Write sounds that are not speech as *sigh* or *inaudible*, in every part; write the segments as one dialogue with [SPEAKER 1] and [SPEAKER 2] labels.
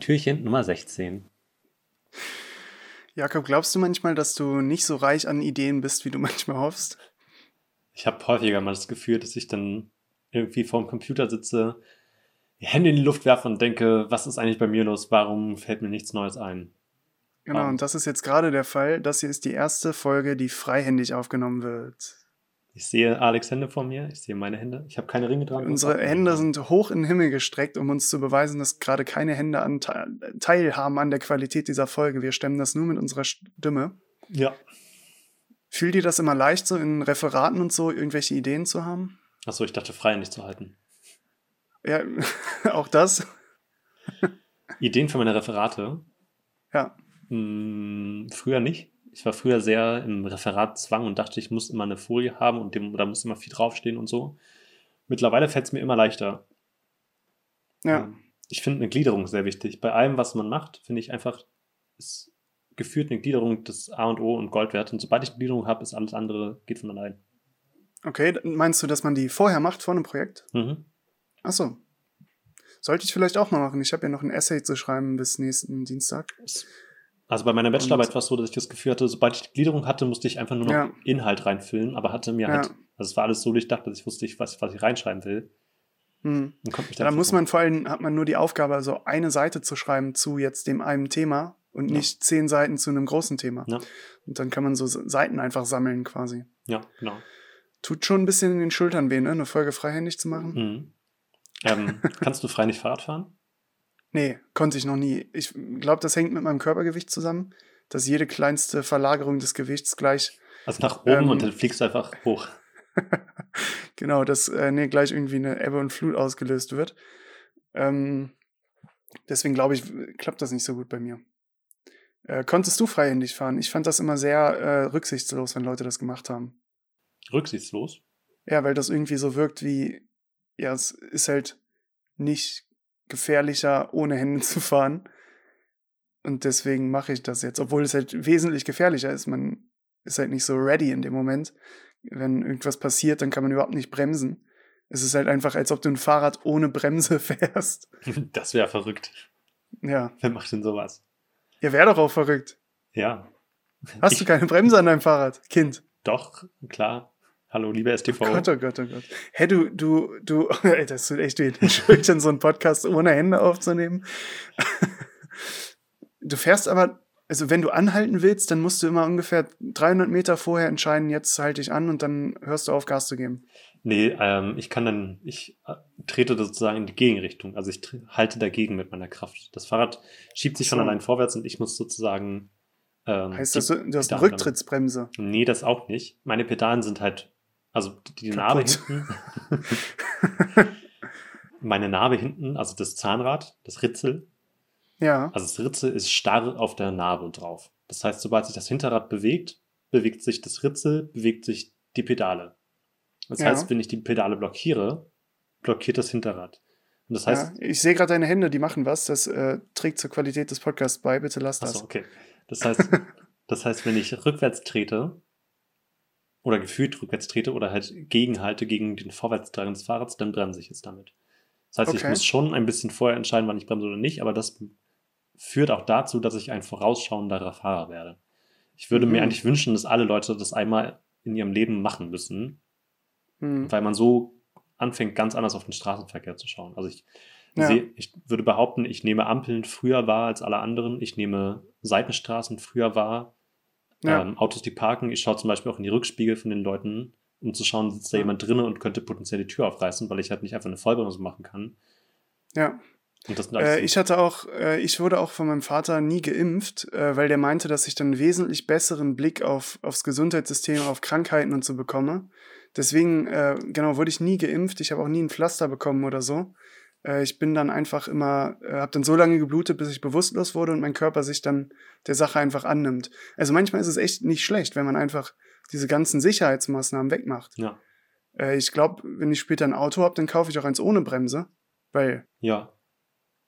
[SPEAKER 1] Türchen Nummer 16.
[SPEAKER 2] Jakob, glaubst du manchmal, dass du nicht so reich an Ideen bist, wie du *laughs* manchmal hoffst?
[SPEAKER 1] Ich habe häufiger mal das Gefühl, dass ich dann irgendwie vorm Computer sitze, die Hände in die Luft werfe und denke, was ist eigentlich bei mir los? Warum fällt mir nichts Neues ein?
[SPEAKER 2] Genau,
[SPEAKER 1] Ah.
[SPEAKER 2] und das ist jetzt gerade der Fall. Das hier ist die erste Folge, die freihändig aufgenommen wird.
[SPEAKER 1] Ich sehe Alex Hände vor mir, ich sehe meine Hände. Ich habe keine Ringe dran.
[SPEAKER 2] Unsere Hände sind hoch in den Himmel gestreckt, um uns zu beweisen, dass gerade keine Hände an, teilhaben an der Qualität dieser Folge. Wir stemmen das nur mit unserer Stimme.
[SPEAKER 1] Ja.
[SPEAKER 2] Fühlt ihr das immer leicht, so in Referaten und so irgendwelche Ideen zu haben?
[SPEAKER 1] Achso, ich dachte, freihändig zu halten.
[SPEAKER 2] Ja, *laughs* auch das.
[SPEAKER 1] Ideen für meine Referate?
[SPEAKER 2] Ja.
[SPEAKER 1] Hm, früher nicht. Ich war früher sehr im Referatzwang und dachte, ich muss immer eine Folie haben und dem, da muss immer viel draufstehen und so. Mittlerweile fällt es mir immer leichter.
[SPEAKER 2] Ja,
[SPEAKER 1] Ähm, Ich finde eine Gliederung sehr wichtig. Bei allem, was man macht, finde ich einfach, ist gefühlt eine Gliederung das A und O und Gold wert. Und sobald ich eine Gliederung habe, ist alles andere geht von allein.
[SPEAKER 2] okay. dann Meinst du, dass man die vorher macht, vor einem Projekt?
[SPEAKER 1] Mhm.
[SPEAKER 2] Ach so. Sollte ich vielleicht auch mal machen. Ich habe ja noch ein Essay zu schreiben bis nächsten Dienstag.
[SPEAKER 1] Also bei meiner Bachelorarbeit war es so, dass ich das Gefühl hatte, sobald ich die Gliederung hatte, musste ich einfach nur noch
[SPEAKER 2] Ja.
[SPEAKER 1] Inhalt reinfüllen, aber hatte mir
[SPEAKER 2] Ja.
[SPEAKER 1] halt, also es war alles so durchdacht, dass ich wusste, ich weiß, was ich reinschreiben will.
[SPEAKER 2] Hm.
[SPEAKER 1] Und konnte mich
[SPEAKER 2] Da muss
[SPEAKER 1] versuchen.
[SPEAKER 2] man vor allem, hat man nur die Aufgabe, so eine Seite zu schreiben zu jetzt dem einen Thema und
[SPEAKER 1] Ja.
[SPEAKER 2] nicht zehn Seiten zu einem großen Thema.
[SPEAKER 1] Ja.
[SPEAKER 2] Und dann kann man so Seiten einfach sammeln quasi.
[SPEAKER 1] Ja, genau.
[SPEAKER 2] Tut schon ein bisschen in den Schultern weh, ne? Eine Folge freihändig zu machen.
[SPEAKER 1] Mhm.
[SPEAKER 2] *laughs*
[SPEAKER 1] Ähm, kannst du frei nicht Fahrrad fahren?
[SPEAKER 2] Nee, konnte ich noch nie. Ich glaube, das hängt mit meinem Körpergewicht zusammen, dass jede kleinste Verlagerung des Gewichts gleich,
[SPEAKER 1] Also nach oben
[SPEAKER 2] Ähm.
[SPEAKER 1] und dann fliegst du einfach hoch.
[SPEAKER 2] genau, dass äh, nee, gleich irgendwie eine Ebbe und Flut ausgelöst wird. Ähm, deswegen glaube ich, w- klappt das nicht so gut bei mir. Äh, konntest du freihändig fahren? Ich fand das immer sehr äh, rücksichtslos, wenn Leute das gemacht haben.
[SPEAKER 1] Rücksichtslos.
[SPEAKER 2] Ja, weil das irgendwie so wirkt wie, ja, es ist halt nicht gefährlicher, ohne Hände zu fahren. Und deswegen mache ich das jetzt, obwohl es halt wesentlich gefährlicher ist. Man ist halt nicht so ready in dem Moment. Wenn irgendwas passiert, dann kann man überhaupt nicht bremsen. Es ist halt einfach, als ob du ein Fahrrad ohne Bremse *laughs* fährst.
[SPEAKER 1] Das wäre verrückt.
[SPEAKER 2] Ja,
[SPEAKER 1] Wer macht denn sowas?
[SPEAKER 2] ihr wäre doch auch verrückt.
[SPEAKER 1] Ja,
[SPEAKER 2] Hast
[SPEAKER 1] Ich-
[SPEAKER 2] du keine Bremse an deinem Fahrrad, Kind?
[SPEAKER 1] doch, klar. Hallo, liebe STV.
[SPEAKER 2] Gott, oh Gott, oh Gott. Hä, du, du, du, *laughs* ey, das tut echt weh, in den Schultern so einen Podcast ohne Hände aufzunehmen. Du fährst aber, also wenn du anhalten willst, dann musst du immer ungefähr 300 Meter vorher entscheiden, jetzt halte ich an und dann hörst du auf, Gas zu geben.
[SPEAKER 1] Nee, ähm, ich kann dann, ich äh, trete da sozusagen in die Gegenrichtung. Also ich tr- halte dagegen mit meiner Kraft. Das Fahrrad schiebt sich
[SPEAKER 2] Ach
[SPEAKER 1] von
[SPEAKER 2] so.
[SPEAKER 1] allein vorwärts und ich muss sozusagen. Ähm,
[SPEAKER 2] Heißt
[SPEAKER 1] die-
[SPEAKER 2] das, du hast
[SPEAKER 1] die
[SPEAKER 2] eine
[SPEAKER 1] Pedale-
[SPEAKER 2] Rücktrittsbremse.
[SPEAKER 1] Nee, das auch nicht. Meine Pedalen sind halt, also die Narbe
[SPEAKER 2] Kaputt.
[SPEAKER 1] hinten.
[SPEAKER 2] *laughs*
[SPEAKER 1] meine Narbe hinten, also das Zahnrad, das Ritzel.
[SPEAKER 2] Ja,
[SPEAKER 1] Also das Ritzel ist starr auf der Narbe drauf. Das heißt, sobald sich das Hinterrad bewegt, bewegt sich das Ritzel, bewegt sich die Pedale. Das
[SPEAKER 2] Ja.
[SPEAKER 1] heißt, wenn ich die Pedale blockiere, blockiert das Hinterrad. Und das heißt,
[SPEAKER 2] ja. Ich sehe gerade deine Hände, die machen was. Das äh, trägt zur Qualität des Podcasts bei. Bitte lass das.
[SPEAKER 1] Achso, okay. Das
[SPEAKER 2] *laughs*
[SPEAKER 1] heißt, das heißt, wenn ich rückwärts trete oder gefühlt rückwärts trete oder halt gegenhalte gegen den Vorwärtsdrang des Fahrrads, dann bremse ich es damit. Das heißt, ich
[SPEAKER 2] Okay.
[SPEAKER 1] muss schon ein bisschen vorher entscheiden, wann ich bremse oder nicht, aber das führt auch dazu, dass ich ein vorausschauenderer Fahrer werde. Ich würde mir
[SPEAKER 2] Mhm.
[SPEAKER 1] eigentlich wünschen, dass alle Leute das einmal in ihrem Leben machen müssen,
[SPEAKER 2] Hm.
[SPEAKER 1] weil man so anfängt, ganz anders auf den Straßenverkehr zu schauen. Also ich,
[SPEAKER 2] Ja.
[SPEAKER 1] sehe, ich würde behaupten, ich nehme Ampeln früher wahr als alle anderen. Ich nehme Seitenstraßen früher wahr,
[SPEAKER 2] Ja.
[SPEAKER 1] ähm, Autos, die parken. Ich schaue zum Beispiel auch in die Rückspiegel von den Leuten, um zu schauen, sitzt da
[SPEAKER 2] Ja.
[SPEAKER 1] jemand drinne und könnte potenziell die Tür aufreißen, weil ich halt nicht einfach eine Vollbremse machen kann.
[SPEAKER 2] ja.
[SPEAKER 1] Und das sind alles
[SPEAKER 2] Äh, ich hatte auch, äh, ich wurde auch von meinem Vater nie geimpft, äh, weil der meinte, dass ich dann einen wesentlich besseren Blick auf, aufs Gesundheitssystem, auf Krankheiten und so bekomme. Deswegen, äh, genau, wurde ich nie geimpft. Ich habe auch nie ein Pflaster bekommen oder so. Äh, ich bin dann einfach immer, äh, habe dann so lange geblutet, bis ich bewusstlos wurde und mein Körper sich dann der Sache einfach annimmt. Also manchmal ist es echt nicht schlecht, wenn man einfach diese ganzen Sicherheitsmaßnahmen wegmacht.
[SPEAKER 1] Ja.
[SPEAKER 2] Äh, ich glaube, wenn ich später ein Auto habe, dann kaufe ich auch eins ohne Bremse, weil
[SPEAKER 1] ja,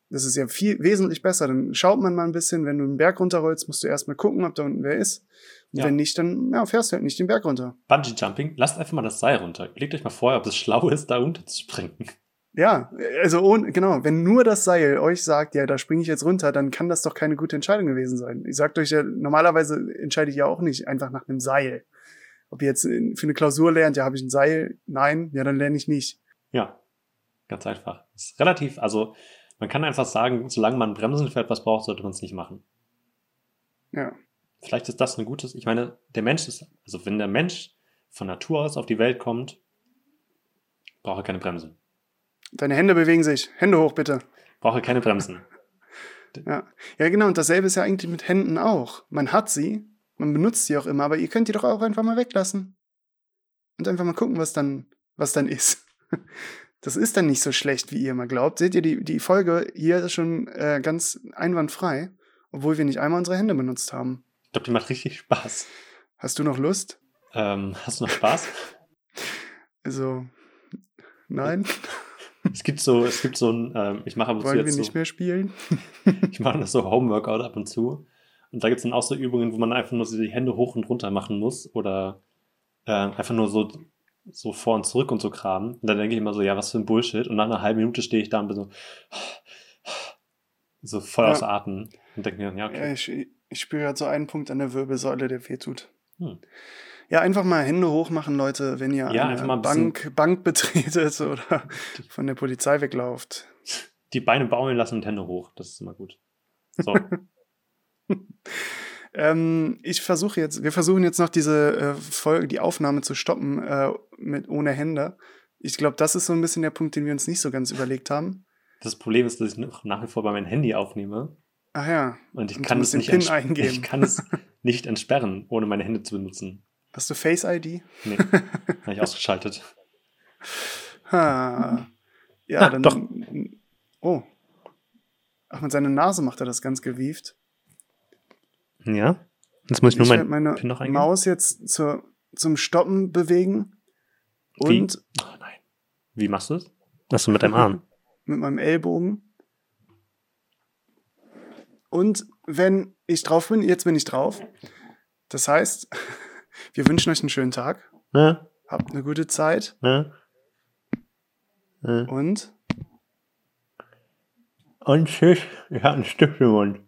[SPEAKER 2] das ist ja viel wesentlich besser. Dann schaut man mal ein bisschen, wenn du einen Berg runterrollst, musst du erstmal gucken, ob da unten wer ist. Und
[SPEAKER 1] Ja.
[SPEAKER 2] wenn nicht, dann ja, fährst du halt nicht den Berg runter.
[SPEAKER 1] Bungee Jumping, lasst einfach mal das Seil runter. Überlegt euch mal vorher, ob es schlau ist, da runter zu springen.
[SPEAKER 2] Ja, also ohne, genau, wenn nur das Seil euch sagt, ja, da springe ich jetzt runter, dann kann das doch keine gute Entscheidung gewesen sein. Ich sagt euch ja, normalerweise entscheide ich ja auch nicht einfach nach einem Seil. Ob ihr jetzt äh, für eine Klausur lernt, ja, habe ich ein Seil? Nein, ja, dann lerne ich nicht.
[SPEAKER 1] Ja, ganz einfach. Ist relativ, also man kann einfach sagen, solange man Bremsen für etwas braucht, sollte man es nicht machen.
[SPEAKER 2] Ja.
[SPEAKER 1] Vielleicht ist das ein gutes, ich meine, der Mensch ist, also wenn der Mensch von Natur aus auf die Welt kommt, braucht er keine Bremsen.
[SPEAKER 2] Deine Hände bewegen sich. Hände hoch, bitte.
[SPEAKER 1] Brauche keine Bremsen.
[SPEAKER 2] Ja. ja, genau. Und dasselbe ist ja eigentlich mit Händen auch. Man hat sie, man benutzt sie auch immer, aber ihr könnt die doch auch einfach mal weglassen. Und einfach mal gucken, was dann, was dann ist. *laughs* Das ist dann nicht so schlecht, wie ihr immer glaubt. Seht ihr, die, die Folge hier ist schon äh, ganz einwandfrei, obwohl wir nicht einmal unsere Hände benutzt haben.
[SPEAKER 1] Ich glaube, die macht richtig Spaß.
[SPEAKER 2] Hast du noch Lust?
[SPEAKER 1] Ähm, hast du noch Spaß?
[SPEAKER 2] Also, nein.
[SPEAKER 1] Es gibt so, es gibt so ein, ähm, ich mache ab und
[SPEAKER 2] Wollen
[SPEAKER 1] zu jetzt
[SPEAKER 2] wir
[SPEAKER 1] so,
[SPEAKER 2] nicht mehr spielen?
[SPEAKER 1] ich mache noch so Homeworkout ab und zu. Und da gibt es dann auch so Übungen, wo man einfach nur so die Hände hoch und runter machen muss oder äh, einfach nur so, so vor und zurück und so kramen. Und dann denke ich immer so, ja, was für ein Bullshit. Und nach einer halben Minute stehe ich da und bin so, so voll
[SPEAKER 2] Ja.
[SPEAKER 1] aus Atem. Und denke mir, dann, ja,
[SPEAKER 2] Ja,
[SPEAKER 1] okay.
[SPEAKER 2] ich ich spüre gerade so einen Punkt an der Wirbelsäule, der wehtut.
[SPEAKER 1] Hm.
[SPEAKER 2] Ja, einfach mal Hände hoch machen, Leute, wenn ihr
[SPEAKER 1] Ja,
[SPEAKER 2] eine
[SPEAKER 1] einfach mal ein
[SPEAKER 2] Bank, Bank betretet *laughs* oder von der Polizei weglauft.
[SPEAKER 1] Die Beine baumeln lassen und Hände hoch. Das ist immer gut. So,
[SPEAKER 2] *laughs* Ähm, ich versuche jetzt, wir versuchen jetzt noch diese äh, Folge, die Aufnahme zu stoppen äh, mit ohne Hände. Ich glaube, das ist so ein bisschen der Punkt, den wir uns nicht so ganz überlegt haben.
[SPEAKER 1] das Problem ist, dass ich noch nach wie vor bei meinem Handy aufnehme
[SPEAKER 2] Ach ja,
[SPEAKER 1] und ich
[SPEAKER 2] Und du
[SPEAKER 1] kann es
[SPEAKER 2] musst den
[SPEAKER 1] nicht
[SPEAKER 2] PIN
[SPEAKER 1] ents-
[SPEAKER 2] eingeben.
[SPEAKER 1] *laughs* Ich kann es nicht entsperren, ohne meine Hände zu benutzen.
[SPEAKER 2] hast du Face ID?
[SPEAKER 1] Nee, habe ich ausgeschaltet. *laughs*
[SPEAKER 2] Ha. Ja,
[SPEAKER 1] Ah,
[SPEAKER 2] dann.
[SPEAKER 1] doch.
[SPEAKER 2] Oh. Ach, mit seiner Nase macht er das ganz gewieft.
[SPEAKER 1] Ja? Jetzt muss ich nur
[SPEAKER 2] ich werde
[SPEAKER 1] mein.
[SPEAKER 2] meine
[SPEAKER 1] PIN noch eingeben?
[SPEAKER 2] Maus jetzt zur, zum Stoppen bewegen
[SPEAKER 1] Wie?
[SPEAKER 2] und
[SPEAKER 1] Oh nein. Wie machst du das? Achso, mit deinem Arm.
[SPEAKER 2] mit meinem Ellbogen. Und wenn ich drauf bin, jetzt bin ich drauf. Das heißt, *laughs* wir wünschen euch einen schönen Tag.
[SPEAKER 1] Ne?
[SPEAKER 2] Habt eine gute Zeit
[SPEAKER 1] Ne? Ne?
[SPEAKER 2] und
[SPEAKER 1] Und tschüss. Ich habe ein Stift im Mund.